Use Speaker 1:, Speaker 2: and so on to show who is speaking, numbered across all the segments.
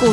Speaker 1: 股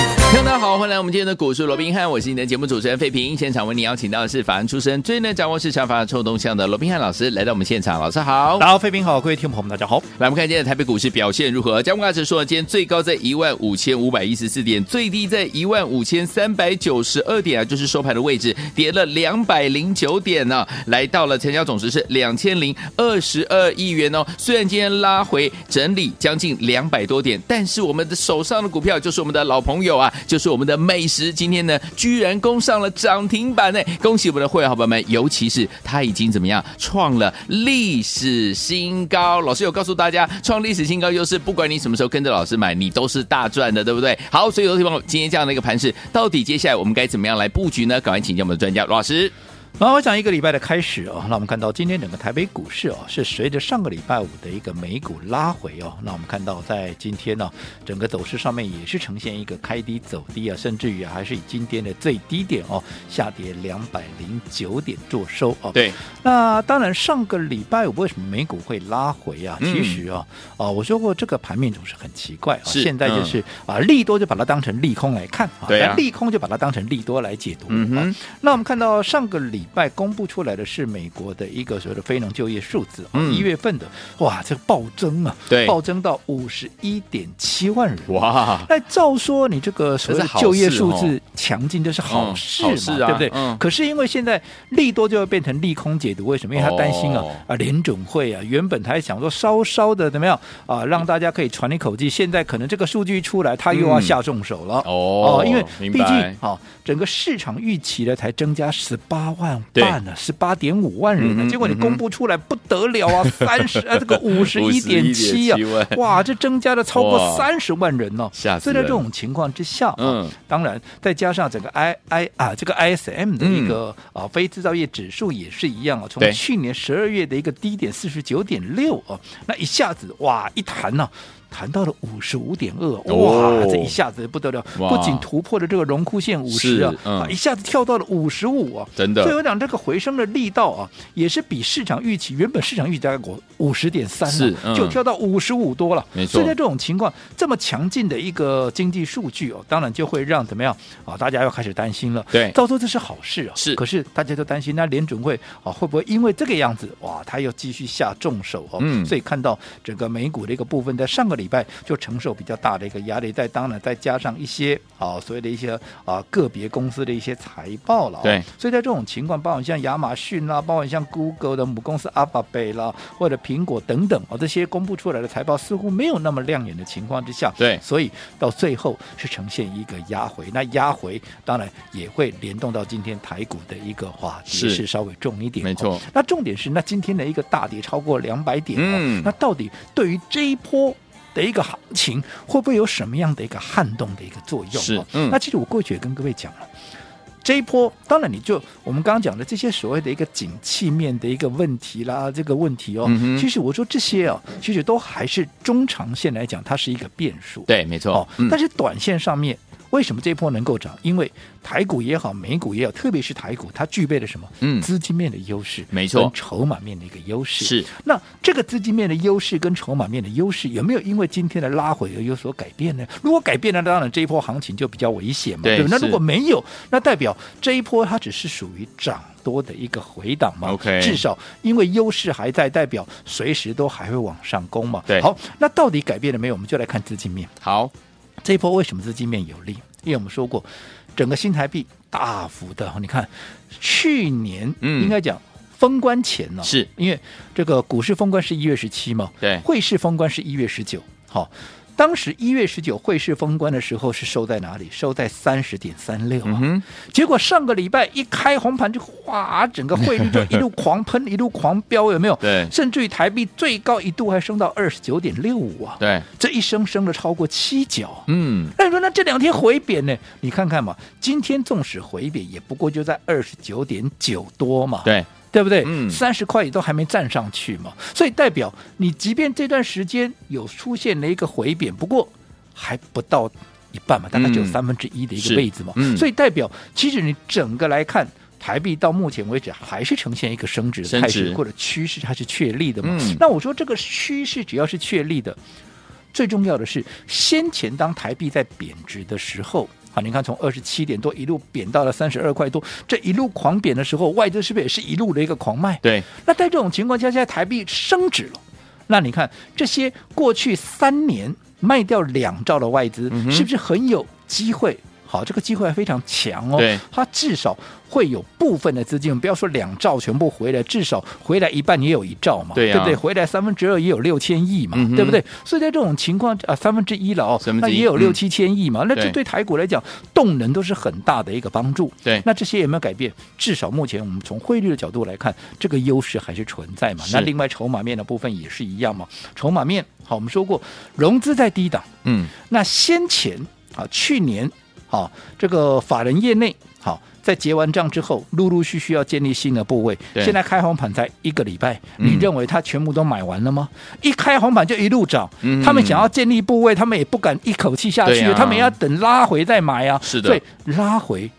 Speaker 2: 听众大家好，欢迎来我们今天的股市罗宾汉，我是你的节目主持人费平。现场为你邀请到的是法案出身、最能掌握市场法案臭动向的罗宾汉老师，来到我们现场。老师好，
Speaker 3: 大家好，飞平好，各位听众朋友们，大家好。
Speaker 2: 来，我们看今天的台北股市表现如何？加权指数呢今天最高在一万五千五百一十四点，最低在一万五千三百九十二点啊，就是收盘的位置，跌了两百零九点呢、来到了成交总值是两千零二十二亿元哦。虽然今天拉回整理将近两百多点，但是我们的手上的股票就是我们的老朋友啊，就是我们的美食，今天呢居然攻上了涨停板呢，恭喜我们的会员好朋友们，尤其是它已经怎么样创了历史新高。老师有告诉大家，创历史新高就是不管你什么时候跟着老师买，你都是大赚的，对不对？好，所以有地方今天这样的一个盘势，到底接下来我们该怎么样来布局呢？赶快请教我们的专家罗老师。
Speaker 3: 然后我讲一个礼拜的开始哦，那我们看到今天整个台北股市哦，是随着上个礼拜五的一个美股拉回哦，那我们看到在今天呢、整个走势上面也是呈现一个开低走低啊，甚至于啊还是以今天的最低点哦，下跌两百零九点做收哦。
Speaker 2: 对，
Speaker 3: 那当然，上个礼拜五为什么美股会拉回啊？
Speaker 2: 嗯
Speaker 3: 其实啊，啊，我说过这个盘面总是很奇怪啊。
Speaker 2: 是嗯
Speaker 3: 现在就是、啊，利多就把它当成利空来看啊，
Speaker 2: 对啊
Speaker 3: 那利空就把它当成利多来解读。
Speaker 2: 嗯哼
Speaker 3: 啊那我们看到上个礼拜公布出来的是美国的一个所谓的非农就业数字、啊，
Speaker 2: 嗯
Speaker 3: 一、月份的，哇，这个暴增啊，
Speaker 2: 对
Speaker 3: 暴增到五十一点七万人。啊
Speaker 2: 哇，
Speaker 3: 那哎照说你这个所谓
Speaker 2: 啊这
Speaker 3: 的
Speaker 2: 是好事
Speaker 3: 就业数
Speaker 2: 哦
Speaker 3: 字强劲，这是好
Speaker 2: 嗯
Speaker 3: 事
Speaker 2: 好
Speaker 3: 嘛，
Speaker 2: 事啊
Speaker 3: 对不对？
Speaker 2: 嗯
Speaker 3: 可是因为现在利多就会变成利空解读，为什么？因为他担心啊、
Speaker 2: 哦
Speaker 3: 啊联准会啊，原本他还想说稍稍的怎么样啊，让大家可以喘一口气，现在可能这个数据一出来，他又要
Speaker 2: 嗯
Speaker 3: 下重手了、
Speaker 2: 哦
Speaker 3: 因为
Speaker 2: 明
Speaker 3: 毕竟
Speaker 2: 白
Speaker 3: 啊、整个市场预期的才增加十八万半呢、啊，十八点五万人呢、
Speaker 2: 嗯哼
Speaker 3: 结果你
Speaker 2: 嗯哼
Speaker 3: 公布出来不得了啊，三十啊这个五十一 点七啊，
Speaker 2: 51.7万
Speaker 3: 哇，这增加了超过
Speaker 2: 哇
Speaker 3: 三十万人哦，
Speaker 2: 吓死
Speaker 3: 所以在
Speaker 2: 人
Speaker 3: 这种情况之下，
Speaker 2: 嗯
Speaker 3: 嗯，当然再加上整个 I I 啊这个 ISM 的一个、啊非制造业指数也是一样啊，从
Speaker 2: 嗯对
Speaker 3: 去年十二月的一个低点四十九点六哦，那一下子哇一弹呢、弹到了五十五点二，
Speaker 2: 哦
Speaker 3: 哇！这一下子不得了，
Speaker 2: 哇
Speaker 3: 不仅突破了这个荣枯线五十啊
Speaker 2: 是，嗯
Speaker 3: 啊一下子跳到了五十五啊，
Speaker 2: 真的
Speaker 3: 所以我讲这个回升的力道啊，也是比市场预期，原本市场预期大概五五十点三，
Speaker 2: 是嗯
Speaker 3: 就跳到五十五多了。
Speaker 2: 没错
Speaker 3: 所以在这种情况，这么强劲的一个经济数据哦，当然就会让怎么样啊，大家又开始担心了。
Speaker 2: 对
Speaker 3: 到时候这是好事啊。
Speaker 2: 是
Speaker 3: 可是大家都担心，那联准会啊会不会因为这个样子哇，他又继续下重手哦？
Speaker 2: 嗯
Speaker 3: 所以看到整个美股的一个部分，在上个礼拜就承受比较大的一个压力，再当然再加上一些啊所谓的一些啊个别公司的一些财报了、哦。
Speaker 2: 对
Speaker 3: 所以在这种情况，包括像亚马逊啦，包括像 Google 的母公司阿巴贝啦，或者苹果等等哦，这些公布出来的财报似乎没有那么亮眼的情况之下，
Speaker 2: 对
Speaker 3: 所以到最后是呈现一个压回。那压回当然也会联动到今天台股的一个话跌
Speaker 2: 是
Speaker 3: 势稍微重一点、
Speaker 2: 没错。
Speaker 3: 那重点是，那今天的一个大跌超过两百点、哦，
Speaker 2: 嗯
Speaker 3: 那到底对于这一波？的一个行情会不会有什么样的一个撼动的一个作用、哦？
Speaker 2: 是嗯
Speaker 3: 那其实我过去也跟各位讲了，这一波，当然你就我们刚刚讲的这些所谓的一个景气面的一个问题啦，这个问题哦，
Speaker 2: 嗯哼
Speaker 3: 其实我说这些哦，其实都还是中长线来讲，它是一个变数。
Speaker 2: 对，没错
Speaker 3: 哦，，
Speaker 2: 嗯
Speaker 3: 但是短线上面。为什么这一波能够涨？因为台股也好，美股也好，特别是台股，它具备了什么？
Speaker 2: 嗯
Speaker 3: 资金面的优势，
Speaker 2: 没错
Speaker 3: 跟筹码面的一个优势。
Speaker 2: 是。
Speaker 3: 那这个资金面的优势跟筹码面的优势有没有因为今天的拉回而有所改变呢？如果改变了，当然这一波行情就比较危险嘛，
Speaker 2: 对
Speaker 3: 不对？那
Speaker 2: 是
Speaker 3: 如果没有，那代表这一波它只是属于涨。多的一个回档嘛
Speaker 2: OK
Speaker 3: 至少因为优势还在，代表随时都还会往上攻嘛。
Speaker 2: 对
Speaker 3: 好，那到底改变了没有？我们就来看资金面。
Speaker 2: 好，
Speaker 3: 这一波为什么资金面有利？因为我们说过，整个新台币大幅的，你看去年
Speaker 2: 嗯
Speaker 3: 应该讲封关前呢、
Speaker 2: 是
Speaker 3: 因为这个股市封关是一月十七嘛，
Speaker 2: 对
Speaker 3: 汇市封关是一月十九，好。当时一月十九汇市封关的时候是收在哪里？收在三十点三六啊、
Speaker 2: 嗯哼
Speaker 3: 结果上个礼拜一开红盘就哗，整个汇率就一路狂喷，一路狂飙，有没有？
Speaker 2: 对
Speaker 3: 甚至于台币最高一度还升到二十九点六五啊。
Speaker 2: 对，
Speaker 3: 这一升升了超过七角。
Speaker 2: 嗯，
Speaker 3: 那你说，那这两天回贬呢？你看看嘛，今天纵使回贬，也不过就在二十九点九多嘛。
Speaker 2: 对，
Speaker 3: 对不对？
Speaker 2: 嗯
Speaker 3: 三十块也都还没站上去嘛，所以代表你即便这段时间有出现了一个回贬，不过还不到一半嘛，大概只有
Speaker 2: 嗯
Speaker 3: 三分之一的一
Speaker 2: 是
Speaker 3: 个位置嘛，
Speaker 2: 嗯
Speaker 3: 所以代表其实你整个来看。台币到目前为止还是呈现一个升值的
Speaker 2: 升
Speaker 3: 态
Speaker 2: 值
Speaker 3: 势，或者趋势它是确立的嘛？
Speaker 2: 嗯
Speaker 3: 那我说这个趋势只要是确立的，最重要的是，先前当台币在贬值的时候，啊，你看从二十七点多一路贬到了三十二块多，这一路狂贬的时候，外资是不是也是一路的一个狂卖？
Speaker 2: 对，
Speaker 3: 那在这种情况下，现在台币升值了，那你看这些过去三年卖掉两兆的外资，
Speaker 2: 嗯哼
Speaker 3: 是不是很有机会？好，这个机会还非常强哦
Speaker 2: 对，
Speaker 3: 它至少会有部分的资金，不要说两兆全部回来，至少回来一半也有一兆嘛，
Speaker 2: 对呀
Speaker 3: 不对？回来三分之二也有六千亿嘛，
Speaker 2: 嗯哼
Speaker 3: 对不对？所以在这种情况啊，三分之一了哦
Speaker 2: 三，分之
Speaker 3: 那
Speaker 2: 一嗯
Speaker 3: 也有六七千亿嘛，那这
Speaker 2: 对
Speaker 3: 对台股来讲，动能都是很大的一个帮助。
Speaker 2: 对
Speaker 3: 那这些有没有改变？至少目前我们从汇率的角度来看，这个优势还是存在嘛。
Speaker 2: 是
Speaker 3: 那另外筹码面的部分也是一样嘛。筹码面，好，我们说过融资在低档，
Speaker 2: 嗯，
Speaker 3: 那先前啊，去年啊，这个法人业内好、在结完账之后，陆陆续续要建立新的部位。
Speaker 2: 对
Speaker 3: 现在开红盘才一个礼拜，
Speaker 2: 嗯
Speaker 3: 你认为他全部都买完了吗？一开红盘就一路涨，
Speaker 2: 嗯
Speaker 3: 他们想要建立部位，他们也不敢一口气下
Speaker 2: 对
Speaker 3: 去，
Speaker 2: 呀
Speaker 3: 他们也要等拉回再买啊。
Speaker 2: 是的
Speaker 3: 所以拉回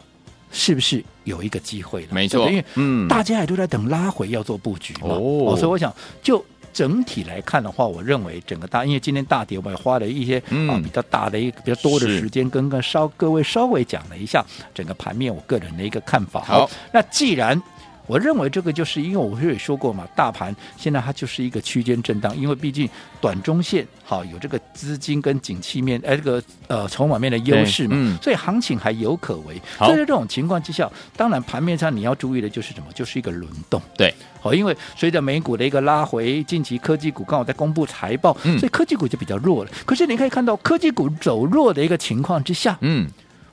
Speaker 3: 是不是有一个机会了？
Speaker 2: 没错
Speaker 3: 对不对因为
Speaker 2: 嗯
Speaker 3: 大家也都在等拉回要做布局嘛。
Speaker 2: 哦
Speaker 3: 所以我想就。整体来看的话，我认为整个大，因为今天大跌，我们也花了一些、啊
Speaker 2: 嗯
Speaker 3: 比较大的一个比较多的
Speaker 2: 是
Speaker 3: 时间跟跟稍各位稍微讲了一下整个盘面我个人的一个看法。
Speaker 2: 好，
Speaker 3: 那既然我认为这个就是因为我也说过嘛，大盘现在它就是一个区间震荡，因为毕竟短中线好有这个资金跟景气面，哎、这个呃筹码面的优势嘛，
Speaker 2: 对嗯
Speaker 3: 所以行情还有可为。
Speaker 2: 好
Speaker 3: 所以在这种情况之下，当然盘面上你要注意的就是什么，就是一个轮动。
Speaker 2: 对，
Speaker 3: 哦，因为随着美股的一个拉回，近期科技股刚好在公布财报，
Speaker 2: 嗯
Speaker 3: 所以科技股就比较弱了。可是你可以看到，科技股走弱的一个情况之下，
Speaker 2: 嗯，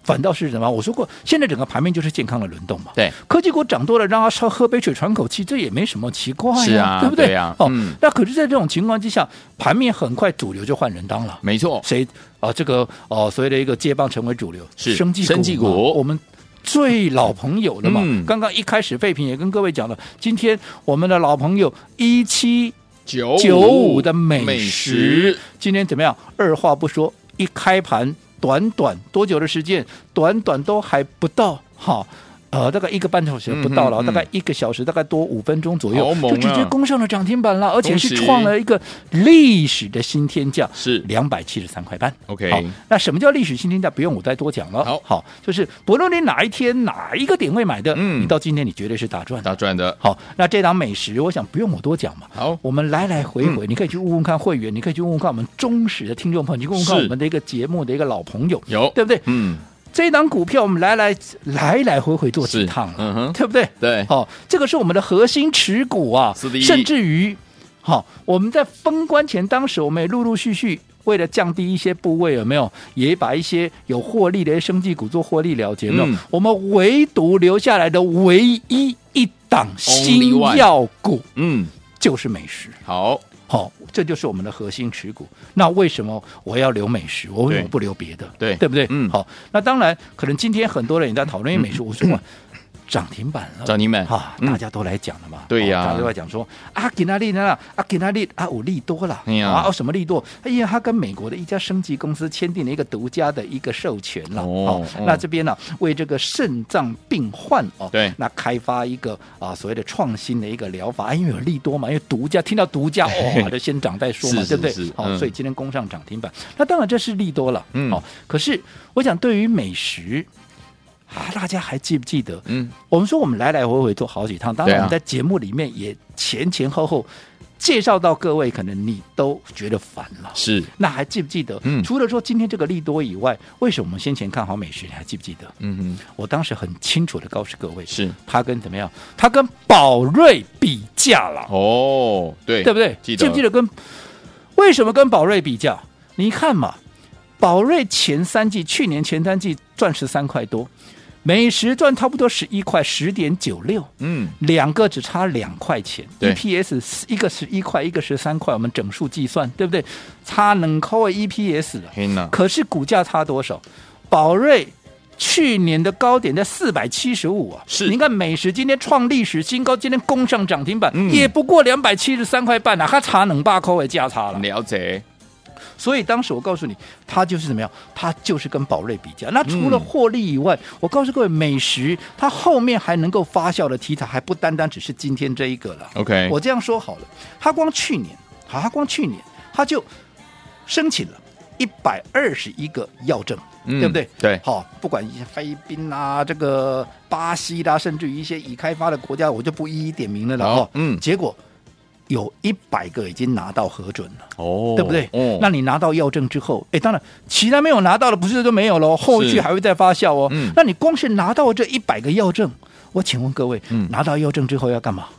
Speaker 3: 反倒是什么？我说过，现在整个盘面就是健康的轮动嘛。
Speaker 2: 对，
Speaker 3: 科技股涨多了，让它稍喝杯水、喘口气，这也没什么奇怪、呀，
Speaker 2: 是啊
Speaker 3: 对不对？
Speaker 2: 对啊
Speaker 3: 哦，
Speaker 2: 嗯
Speaker 3: 那可是，在这种情况之下，盘面很快主流就换人当了。
Speaker 2: 没错，
Speaker 3: 谁啊、这个哦、所谓的一个接棒成为主流，
Speaker 2: 是
Speaker 3: 生技股嘛，
Speaker 2: 生技股
Speaker 3: 我们。最老朋友了嘛，
Speaker 2: 嗯
Speaker 3: 刚刚一开始废品也跟各位讲了，今天我们的老朋友一七
Speaker 2: 九
Speaker 3: 九五的美食，今天怎么样？二话不说，一开盘，短短多久的时间？短短都还不到哈。呃，大概一个半小时不到了，
Speaker 2: 嗯嗯嗯
Speaker 3: 大概一个小时，大概多五分钟左右，
Speaker 2: 好猛啊
Speaker 3: 就直接攻上了涨停板了，而且
Speaker 2: 恭
Speaker 3: 是
Speaker 2: 喜
Speaker 3: 创了一个历史的新天价，
Speaker 2: 是
Speaker 3: 两百七十三块半。
Speaker 2: OK
Speaker 3: 好，那什么叫历史新天价？不用我再多讲了。
Speaker 2: 好
Speaker 3: 就是不论你哪一天哪一个点位买的，
Speaker 2: 嗯
Speaker 3: 你到今天你绝对是大赚的。
Speaker 2: 大赚的，
Speaker 3: 好，那这档美食，我想不用我多讲嘛。
Speaker 2: 好嗯
Speaker 3: 我们来来回回，你可以去问问看会员，你可以去问问看我们忠实的听众朋友，你去问问看
Speaker 2: 是
Speaker 3: 我们的一个节目的一个老朋友，
Speaker 2: 有
Speaker 3: 对不对？
Speaker 2: 嗯，
Speaker 3: 这档股票我们来来来来回回做
Speaker 2: 是
Speaker 3: 几趟了，
Speaker 2: 嗯哼
Speaker 3: 对不对？
Speaker 2: 对
Speaker 3: 好、这个是我们的核心持股啊
Speaker 2: 是的，
Speaker 3: 甚至于，好、我们在封关前，当时我们也陆陆续续。为了降低一些部位，有没有也把一些有获利的一些生技股做获利了结？有没有？
Speaker 2: 嗯
Speaker 3: 我们唯独留下来的唯一一档
Speaker 2: Only
Speaker 3: 新
Speaker 2: one
Speaker 3: 药股
Speaker 2: 嗯，
Speaker 3: 就是美食。
Speaker 2: 好，
Speaker 3: 好、这就是我们的核心持股。那为什么我要留美食？我为什么不留别的？
Speaker 2: 对
Speaker 3: 对不对？
Speaker 2: 嗯
Speaker 3: 好，那当然，可能今天很多人也在讨论因为美食，我说嘛涨停板了，
Speaker 2: 涨停板
Speaker 3: 啊，
Speaker 2: 嗯
Speaker 3: 大家都来讲了嘛，
Speaker 2: 对呀
Speaker 3: 哦大家都在讲说啊，给那利呢，啊，给那利啊，我利多了，
Speaker 2: 哎呀
Speaker 3: 啊，哦什么利多？哎呀，他跟美国的一家升级公司签订了一个独家的一个授权了，
Speaker 2: 哦哦
Speaker 3: 那这边呢、为这个肾脏病患哦，
Speaker 2: 对
Speaker 3: 那开发一个啊所谓的创新的一个疗法，啊因为有利多嘛，因为独家，听到独家，哇、这先涨再说嘛，
Speaker 2: 是
Speaker 3: 对不对
Speaker 2: 是是？
Speaker 3: 好、
Speaker 2: 嗯
Speaker 3: 所以今天攻上涨停板，那当然这是利多了，
Speaker 2: 嗯
Speaker 3: 哦，可是我想对于美食。啊，大家还记不记得？
Speaker 2: 嗯，
Speaker 3: 我们说我们来来回回做好几趟，当
Speaker 2: 对
Speaker 3: 然
Speaker 2: 啊
Speaker 3: 我们在节目里面也前前后后介绍到各位，可能你都觉得烦了。
Speaker 2: 是，
Speaker 3: 那还记不记得？
Speaker 2: 嗯
Speaker 3: 除了说今天这个利多以外，为什么我们先前看好美食？你还记不记得？
Speaker 2: 嗯哼，
Speaker 3: 我当时很清楚的告诉各位，
Speaker 2: 是
Speaker 3: 它跟怎么样？它跟宝瑞比价了。
Speaker 2: 哦，对，
Speaker 3: 对不对？
Speaker 2: 记得
Speaker 3: 记不记得跟为什么跟宝瑞比较？你看嘛，宝瑞前三季去年前三季赚十三块多，美食赚差不多十一块，十点九六。
Speaker 2: 嗯，
Speaker 3: 两个只差两块钱 E
Speaker 2: 对
Speaker 3: ，EPS 一个十一块，一个十三块，我们整数计算，对不对？E 差能扣 EPS 了。
Speaker 2: 天哪，
Speaker 3: 可是股价差多少？宝瑞去年的高点在四百七十五啊，
Speaker 2: 是
Speaker 3: 你看美食今天创历史新高，今天攻上涨停板，
Speaker 2: 嗯
Speaker 3: 也不过两百七十三块半啊，它差能八扣的价差了。
Speaker 2: 了解，
Speaker 3: 所以当时我告诉你，它就是怎么样，它就是跟宝瑞比较。那除
Speaker 2: 嗯
Speaker 3: 了获利以外，我告诉各位，美食它后面还能够发酵的题材，还不单单只是今天这一个了。
Speaker 2: OK
Speaker 3: 我这样说好了，它光去年，好，它光去年，它就申请了。一百二十一个药证，
Speaker 2: 嗯
Speaker 3: 对不对？
Speaker 2: 对
Speaker 3: 好，不管一些菲律宾啦、这个巴西啦、甚至于一些已开发的国家，我就不一一点名了了
Speaker 2: 好
Speaker 3: 哦。
Speaker 2: 嗯
Speaker 3: 结果有一百个已经拿到核准了。
Speaker 2: 哦
Speaker 3: 对不对？
Speaker 2: 哦，
Speaker 3: 那你拿到药证之后，哎，当然，其他没有拿到的不是就没有喽，后续还会再发酵哦。
Speaker 2: 嗯
Speaker 3: 那你光是拿到这一百个药证，我请问各位，
Speaker 2: 嗯
Speaker 3: 拿到药证之后要干嘛？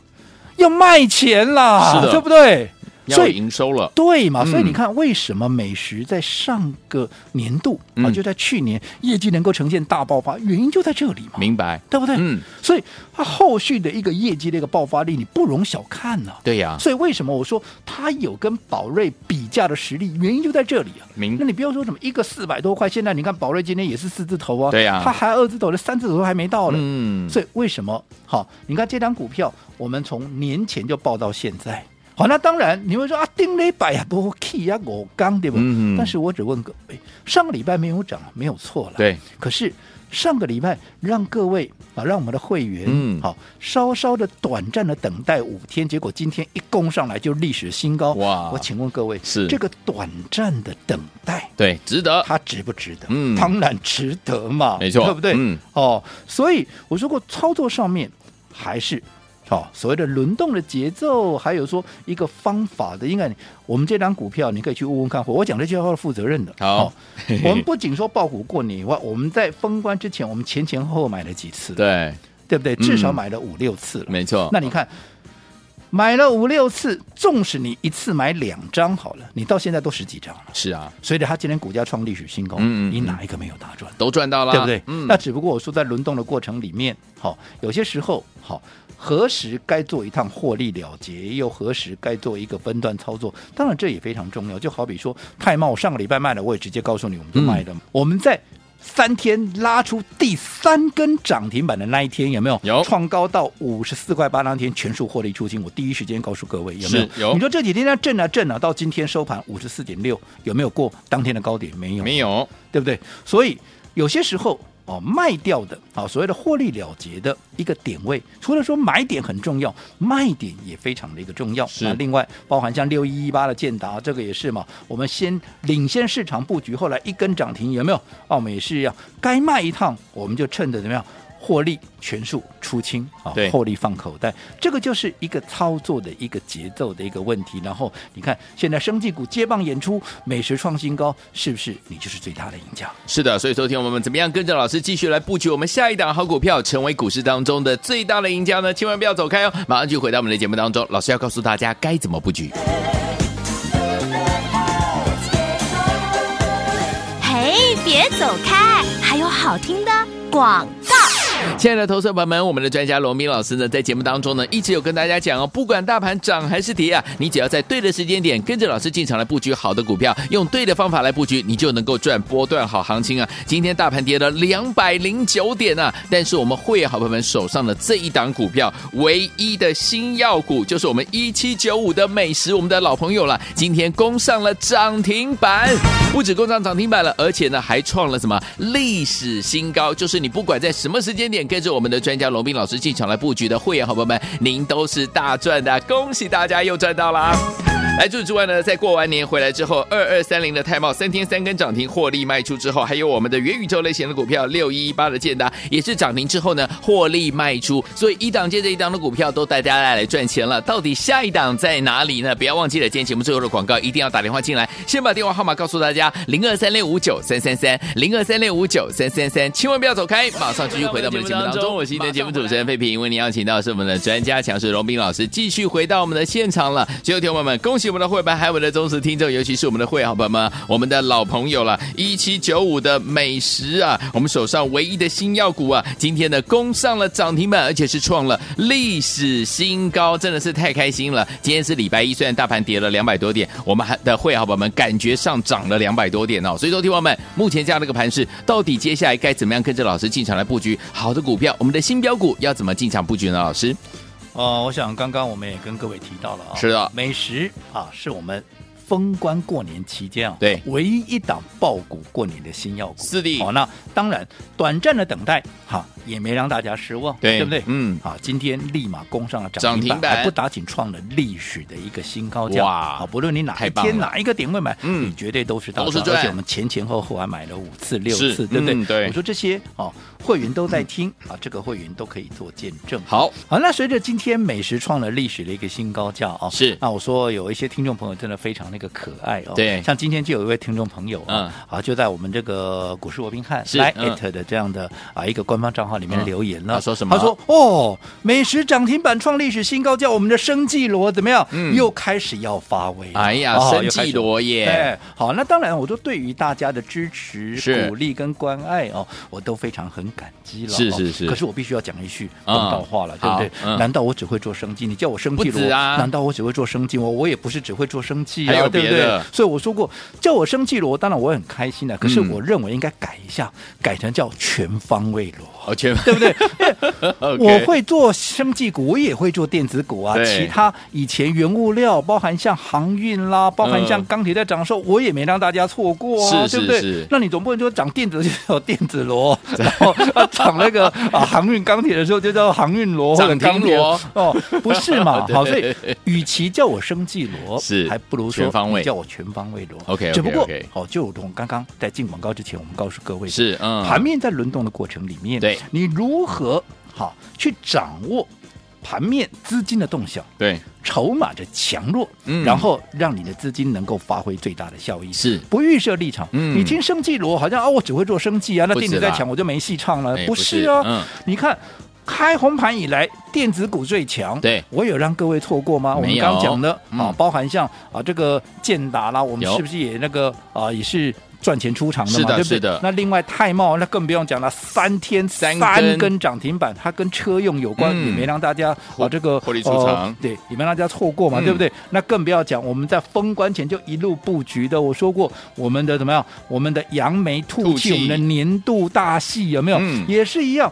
Speaker 3: 要卖钱啦，
Speaker 2: 是的
Speaker 3: 对不对？
Speaker 2: 要有营收了，
Speaker 3: 对嘛？所以
Speaker 2: 嗯
Speaker 3: 你看，为什么美食在上个年度、啊，
Speaker 2: 嗯
Speaker 3: 就在去年业绩能够呈现大爆发，原因就在这里嘛，
Speaker 2: 明白？
Speaker 3: 对不对？
Speaker 2: 嗯，
Speaker 3: 所以它后续的一个业绩的一个爆发力，你不容小看呐、
Speaker 2: 对呀，
Speaker 3: 所以为什么我说它有跟宝瑞比价的实力，原因就在这里啊。
Speaker 2: 明
Speaker 3: 那你不要说什么一个四百多块，现在你看宝瑞今天也是四字头啊，
Speaker 2: 对呀
Speaker 3: 它还二字头的，三字头都还没到呢。
Speaker 2: 嗯，
Speaker 3: 所以为什么好？你看这张股票，我们从年前就报到现在。好，那当然你会说啊，丁磊百呀，我 key 呀，我刚对不？
Speaker 2: 嗯
Speaker 3: 但是我只问各位，上个礼拜没有涨，没有错了。
Speaker 2: 对，
Speaker 3: 可是上个礼拜让各位啊，让我们的会员
Speaker 2: 嗯
Speaker 3: 好稍稍的短暂的等待五天，结果今天一攻上来就历史新高
Speaker 2: 哇
Speaker 3: 我请问各位，
Speaker 2: 是
Speaker 3: 这个短暂的等待，
Speaker 2: 对，值得，
Speaker 3: 它值不值得？
Speaker 2: 嗯
Speaker 3: 当然值得嘛，
Speaker 2: 没错
Speaker 3: 对不对？
Speaker 2: 嗯，
Speaker 3: 哦，所以我说过，操作上面还是。哦，所谓的轮动的节奏，还有说一个方法的，应该我们这张股票你可以去问问看，我讲这句话是负责任的。
Speaker 2: 好
Speaker 3: 哦我们不仅说爆股过年以外，我们在封关之前，我们前前后后买了几次，
Speaker 2: 对，
Speaker 3: 对不对？至少
Speaker 2: 嗯
Speaker 3: 买了五六次了。
Speaker 2: 没错。
Speaker 3: 那你看，买了五六次，纵使你一次买两张好了，你到现在都十几张了。
Speaker 2: 是啊，
Speaker 3: 随着它今天股价创历史新高，
Speaker 2: 嗯嗯嗯
Speaker 3: 你哪一个没有大赚？
Speaker 2: 都赚到了，
Speaker 3: 对不对？
Speaker 2: 嗯，
Speaker 3: 那只不过我说在轮动的过程里面，好、有些时候好、何时该做一趟获利了结，又何时该做一个分段操作，当然这也非常重要。就好比说泰茂，我上个礼拜卖了，我也直接告诉你，我们就卖了。
Speaker 2: 嗯
Speaker 3: 我们在三天拉出第三根涨停板的那一天，有没有？
Speaker 2: 有
Speaker 3: 创高到五十四块八那天，全数获利出清。我第一时间告诉各位，有没有？
Speaker 2: 是有
Speaker 3: 你说这几天在震啊震啊，到今天收盘五十四点六，有没有过当天的高点？没有，
Speaker 2: 没有，
Speaker 3: 对不对？所以有些时候哦，卖掉的啊、哦，所谓的获利了结的一个点位，除了说买点很重要，卖点也非常的一个重要。
Speaker 2: 是
Speaker 3: 那另外包含像六一一八的建达，这个也是嘛，我们先领先市场布局，后来一根涨停有没有？啊，我们也是一样，该卖一趟，我们就趁着怎么样？获利全数出清啊
Speaker 2: 对，
Speaker 3: 获利放口袋，这个就是一个操作的一个节奏的一个问题。然后你看，现在生技股接棒演出，美食创新高，是不是你就是最大的赢家？
Speaker 2: 是的，所以昨天我们怎么样跟着老师继续来布局我们下一档好股票，成为股市当中的最大的赢家呢？千万不要走开哦，马上就回到我们的节目当中，老师要告诉大家该怎么布局。
Speaker 1: 嘿，别走开，还有好听的广告。
Speaker 2: 亲爱的投资者朋友们，我们的专家罗明老师呢，在节目当中呢，一直有跟大家讲哦，不管大盘涨还是跌啊，你只要在对的时间点跟着老师进场来布局好的股票，用对的方法来布局，你就能够赚波段好行情啊。今天大盘跌了两百零九点啊，但是我们会员好朋友们手上的这一档股票，唯一的新药股就是我们一七九五的美食，我们的老朋友了，今天攻上了涨停板，不止攻上涨停板了，而且呢还创了什么历史新高，就是你不管在什么时间点跟着我们的专家龙斌老师进场来布局的会员好朋友们，您都是大赚的，啊恭喜大家又赚到啦！来，除此之外呢，在过完年回来之后，二二三零的泰茂三天三根涨停获利卖出之后，还有我们的元宇宙类型的股票六一一八的建达也是涨停之后呢获利卖出，所以一档接着一档的股票都带大家来赚钱了。到底下一档在哪里呢？不要忘记了，今天节目最后的广告一定要打电话进来，先把电话号码告诉大家零二三六五九三三三零二三六五九三三三，千万不要走开，马上继续回到我们的节目当中。我是今天节目主持人费平，为您邀请到是我们的专家强势荣斌老师，继续回到我们的现场了。所有听众朋友们，恭喜我们。我们的会员还有我们的忠实听众，尤其是我们的会好朋友们，我们的老朋友了，一七九五的美食啊，我们手上唯一的新药股啊，今天呢攻上了涨停板，而且是创了历史新高，真的是太开心了。今天是礼拜一，虽然大盘跌了两百多点，我们还的会好朋友们感觉上涨了两百多点哦。所以说，听友们，目前这样的一个盘势，到底接下来该怎么样跟着老师进场来布局好的股票？我们的新标股要怎么进场布局呢？老师，
Speaker 3: 哦，我想刚刚我们也跟各位提到了啊、
Speaker 2: 是的
Speaker 3: 美食啊是我们封关过年期间啊，
Speaker 2: 对
Speaker 3: 唯一一档爆股过年的新药股。
Speaker 2: 四弟
Speaker 3: 好、那当然短暂的等待，哈、也没让大家失望，
Speaker 2: 对
Speaker 3: 不对？
Speaker 2: 嗯
Speaker 3: 啊，今天立马攻上了涨
Speaker 2: 涨
Speaker 3: 停
Speaker 2: 停
Speaker 3: 板，
Speaker 2: 板
Speaker 3: 还不打紧创了历史的一个新高价。
Speaker 2: 哇
Speaker 3: 啊，不论你哪
Speaker 2: 太
Speaker 3: 一
Speaker 2: 棒了
Speaker 3: 天哪一个点位买，
Speaker 2: 嗯
Speaker 3: 你绝对都是大
Speaker 2: 都是
Speaker 3: 赚。
Speaker 2: 赚
Speaker 3: 而且我们前前后后还买了五次、六
Speaker 2: 是
Speaker 3: 次，对不对？
Speaker 2: 嗯对
Speaker 3: 我说这些哦，会员都在听、啊，这个会员都可以做见证。
Speaker 2: 好，
Speaker 3: 好，那随着今天美食创了历史的一个新高价哦，
Speaker 2: 是
Speaker 3: 那我说有一些听众朋友真的非常那个可爱哦，
Speaker 2: 对
Speaker 3: 像今天就有一位听众朋友、
Speaker 2: 嗯
Speaker 3: 啊，啊，就在我们这个股市罗宾汉
Speaker 2: 是
Speaker 3: 来
Speaker 2: 嗯
Speaker 3: at 的这样的啊一个官方账号里面
Speaker 2: 嗯
Speaker 3: 留言了，
Speaker 2: 他说什么
Speaker 3: 他说哦，美食涨停板创历史新高价，我们的生计罗怎么样？
Speaker 2: 嗯
Speaker 3: 又开始要发威了，
Speaker 2: 哎呀，
Speaker 3: 哦
Speaker 2: 生
Speaker 3: 又开
Speaker 2: 计
Speaker 3: 始
Speaker 2: 罗耶，
Speaker 3: 哎，好，那当然，我就对于大家的支持、
Speaker 2: 是
Speaker 3: 鼓励跟关爱哦，我都非常很感激了哦。
Speaker 2: 是是是
Speaker 3: 可是我必须要讲一句
Speaker 2: 嗯
Speaker 3: 公道话了，对不对
Speaker 2: 好？嗯
Speaker 3: 难道我只会做生计？你叫我生计
Speaker 2: 不止啊
Speaker 3: 罗？难道我只会做生计？我我也不是只会做生计
Speaker 2: 还有
Speaker 3: 啊，对
Speaker 2: 别
Speaker 3: 不
Speaker 2: 的
Speaker 3: 对？所以我说过，叫我生计罗，当然我很开心的。啊可是
Speaker 2: 嗯
Speaker 3: 我认为应该改一下，改成叫全方位罗。
Speaker 2: 好全
Speaker 3: 对不对？ 我
Speaker 2: OK
Speaker 3: 会做生技股，我也会做电子股啊。
Speaker 2: 对
Speaker 3: 其他以前原物料，包含像航运啦，包含像
Speaker 2: 嗯
Speaker 3: 钢铁在涨的时候，我也没让大家错过啊，
Speaker 2: 是
Speaker 3: 对不
Speaker 2: 是是
Speaker 3: 对？那你总不能说涨电子就叫 电子螺，然后啊涨那个啊航运钢铁的时候就叫航运螺或者
Speaker 2: 涨停
Speaker 3: 钢铁
Speaker 2: 螺
Speaker 3: 哦，不是 嘛？
Speaker 2: 对
Speaker 3: 好，所以与其叫我生技螺，
Speaker 2: 是
Speaker 3: 还不如说
Speaker 2: 全方位
Speaker 3: 你叫我全方位螺。
Speaker 2: OK，OK，OK
Speaker 3: 只不过哦，就如同刚刚在进广告之前，我们告诉各位的
Speaker 2: 是嗯，
Speaker 3: 盘面在轮动的过程里面，
Speaker 2: 对
Speaker 3: 你如何好去掌握盘面资金的动向，
Speaker 2: 对
Speaker 3: 筹码的强弱，
Speaker 2: 嗯
Speaker 3: 然后让你的资金能够发挥最大的效益，
Speaker 2: 是
Speaker 3: 不预设立场。
Speaker 2: 嗯
Speaker 3: 你听生计罗好像啊，我只会做生计啊，那
Speaker 2: 不是
Speaker 3: 电子在
Speaker 2: 啦
Speaker 3: 强我就没戏唱了
Speaker 2: 哎，
Speaker 3: 不
Speaker 2: 不是
Speaker 3: 是啊？
Speaker 2: 嗯
Speaker 3: 你看。开红盘以来，电子股最强。
Speaker 2: 对
Speaker 3: 我有让各位错过吗？我
Speaker 2: 没
Speaker 3: 们
Speaker 2: 有
Speaker 3: 刚讲的
Speaker 2: 嗯
Speaker 3: 啊，包含像啊这个建达啦，我们
Speaker 2: 有
Speaker 3: 是不是也那个啊也是赚钱出场的
Speaker 2: 是的
Speaker 3: 嘛？对不
Speaker 2: 是
Speaker 3: 对
Speaker 2: 的？
Speaker 3: 那另外泰茂那更不用讲了，三天
Speaker 2: 三根
Speaker 3: 三根涨停板，它跟车用有关，
Speaker 2: 嗯
Speaker 3: 也没让大家
Speaker 2: 获
Speaker 3: 啊这个
Speaker 2: 获利出场
Speaker 3: 呃对，也没让大家错过嘛，
Speaker 2: 嗯
Speaker 3: 对不对？那更不要讲我们在封关前就一路布局的，我说过我们的怎么样？我们的扬眉吐
Speaker 2: 吐气
Speaker 3: 气，我们的年度大戏有没有？
Speaker 2: 嗯
Speaker 3: 也是一样。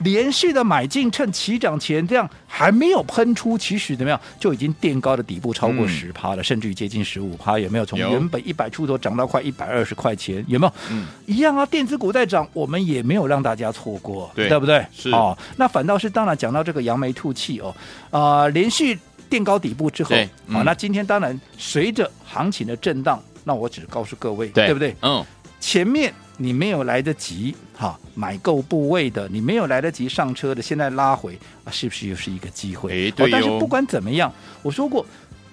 Speaker 3: 连续的买进，趁起涨前这样还没有喷出，其实怎么样就已经垫高的底部超过
Speaker 2: 嗯
Speaker 3: 十趴了，甚至于接近十五趴，有没有？从
Speaker 2: 有
Speaker 3: 原本一百出头涨到快一百二十块钱，有没有？
Speaker 2: 嗯
Speaker 3: 一样啊，电子股在涨，我们也没有让大家错过，
Speaker 2: 对
Speaker 3: 不对？
Speaker 2: 是
Speaker 3: 哦，那反倒是当然讲到这个扬眉吐气哦，啊、连续垫高底部之后，
Speaker 2: 对
Speaker 3: 啊、
Speaker 2: 嗯
Speaker 3: 那今天当然随着行情的震荡，那我只告诉各位，
Speaker 2: 对
Speaker 3: 不对？
Speaker 2: 嗯，
Speaker 3: 前面你没有来得及哈买够部位的，你没有来得及上车的，现在拉回啊，是不是又是一个机会？哦
Speaker 2: 哎对
Speaker 3: 但是
Speaker 2: 哟
Speaker 3: 不管怎么样，我说过。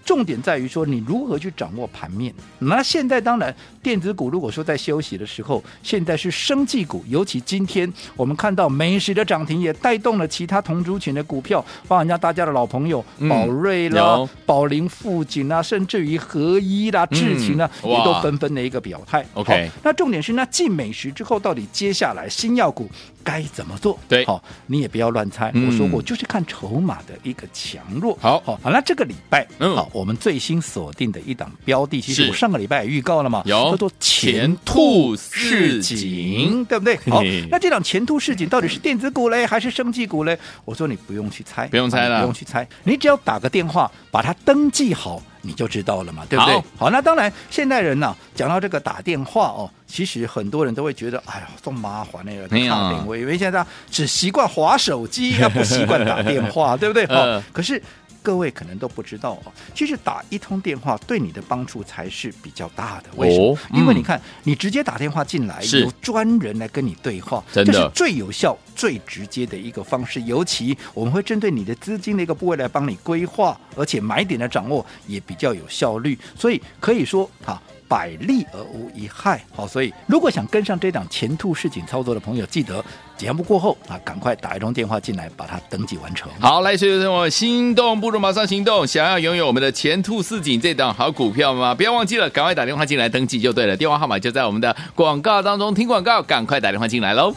Speaker 3: 重点在于说你如何去掌握盘面。那现在当然，电子股如果说在休息的时候，现在是生技股，尤其今天我们看到美食的涨停，也带动了其他同族群的股票，包含像大家的老朋友
Speaker 2: 嗯
Speaker 3: 宝瑞啦
Speaker 2: 有、
Speaker 3: 宝林、富锦啊，甚至于合一啦、智勤啊，
Speaker 2: 嗯
Speaker 3: 也
Speaker 2: 哇
Speaker 3: 都纷纷的一个表态。
Speaker 2: OK
Speaker 3: 好那重点是，那进美食之后，到底接下来新药股该怎么做？
Speaker 2: 对
Speaker 3: 好，你也不要乱猜。
Speaker 2: 嗯
Speaker 3: 我说过，就是看筹码的一个强弱。
Speaker 2: 好
Speaker 3: 好，好，那这个礼拜，
Speaker 2: 嗯
Speaker 3: 好，我们最新锁定的一档标的，其实
Speaker 2: 是
Speaker 3: 我上个礼拜也预告了嘛，
Speaker 2: 有
Speaker 3: 叫做
Speaker 2: 前
Speaker 3: 前
Speaker 2: 兔
Speaker 3: 兔
Speaker 2: 似
Speaker 3: 市
Speaker 2: 锦
Speaker 3: 井，对不对？好
Speaker 2: 嘿嘿，
Speaker 3: 那这档前兔市井到底是电子股嘞，还是生技股嘞？我说你不用去猜，啊
Speaker 2: 不用猜了
Speaker 3: 你不用去猜，你只要打个电话把它登记好，你就知道了嘛，对不对？
Speaker 2: 好
Speaker 3: 好，那当然，现代人呢、讲到这个打电话哦，其实很多人都会觉得，哎呀，这么麻烦那个
Speaker 2: 哎呀
Speaker 3: 打电话，因为现在大家只习惯划手机，啊不习惯打电 话，对不对？
Speaker 2: 呃
Speaker 3: 哦，可是。各位可能都不知道哦，其实打一通电话对你的帮助才是比较大的。为什么？
Speaker 2: 哦
Speaker 3: 因为
Speaker 2: 嗯
Speaker 3: 你看，你直接打电话进来，
Speaker 2: 是
Speaker 3: 由专人来跟你对话，
Speaker 2: 真的
Speaker 3: 这是最有效、最直接的一个方式。尤其我们会针对你的资金的一个部位来帮你规划，而且买点的掌握也比较有效率。所以可以说，哈、啊百利而无一害。好，所以如果想跟上这档前途市井操作的朋友，记得节目过后啊，赶快打一通电话进来，把它登记完成。
Speaker 2: 好，来，所以说我心动不如马上行动，想要拥有我们的前途似锦这档好股票吗？不要忘记了，赶快打电话进来登记就对了，电话号码就在我们的广告当中，听广告，赶快打电话进来喽。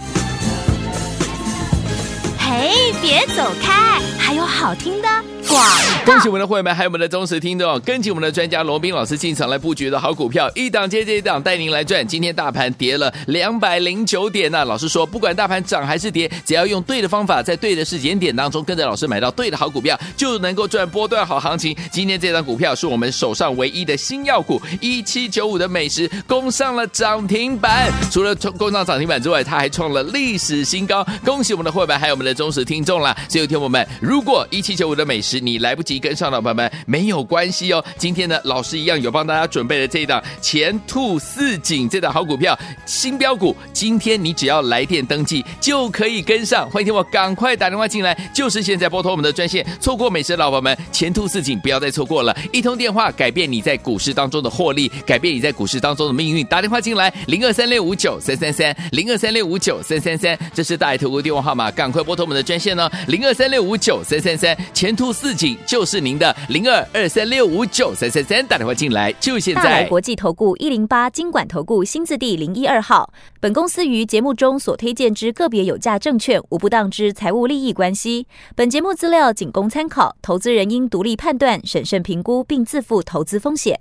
Speaker 1: 嘿，别走开，还有好听的广。
Speaker 2: 恭喜我们的会员们，还有我们的忠实听众，跟紧我们的专家罗斌老师进场来布局的好股票，一档接着一档，带您来赚。今天大盘跌了两百零九点呐、老师说，不管大盘涨还是跌，只要用对的方法，在对的时间点当中，跟着老师买到对的好股票，就能够赚波段好行情。今天这档股票是我们手上唯一的新药股，一七九五的美食攻上了涨停板。除了冲攻上涨停板之外，它还创了历史新高。恭喜我们的会员们，还有我们的忠实听众啦！所以，听我们，如果一七九五的美食你来不及跟上的朋友们，没有关系哦。今天呢，老师一样有帮大家准备了这一档前兔似锦这档好股票新标股，今天你只要来电登记就可以跟上。欢迎听我赶快打电话进来，就是现在拨通我们的专线，错过美食的老板们，前兔似锦不要再错过了，一通电话改变你在股市当中的获利，改变你在股市当中的命运。打电话进来，零二三六五九三三三，零二三六五九三三三，这是大爱投顾电话号码，赶快拨通我们的专线哦，零二三六五九三三三，前途似锦就是您的零二二三六五九三三三，打电话进来就现
Speaker 4: 大来
Speaker 2: 在。
Speaker 4: 国际投顾一零八金管投顾新字第零一二号。本公司于节目中所推荐之个别有价证券，无不当之财务利益关系。本节目资料仅供参考，投资人应独立判断、审慎评估，并自负投资风险。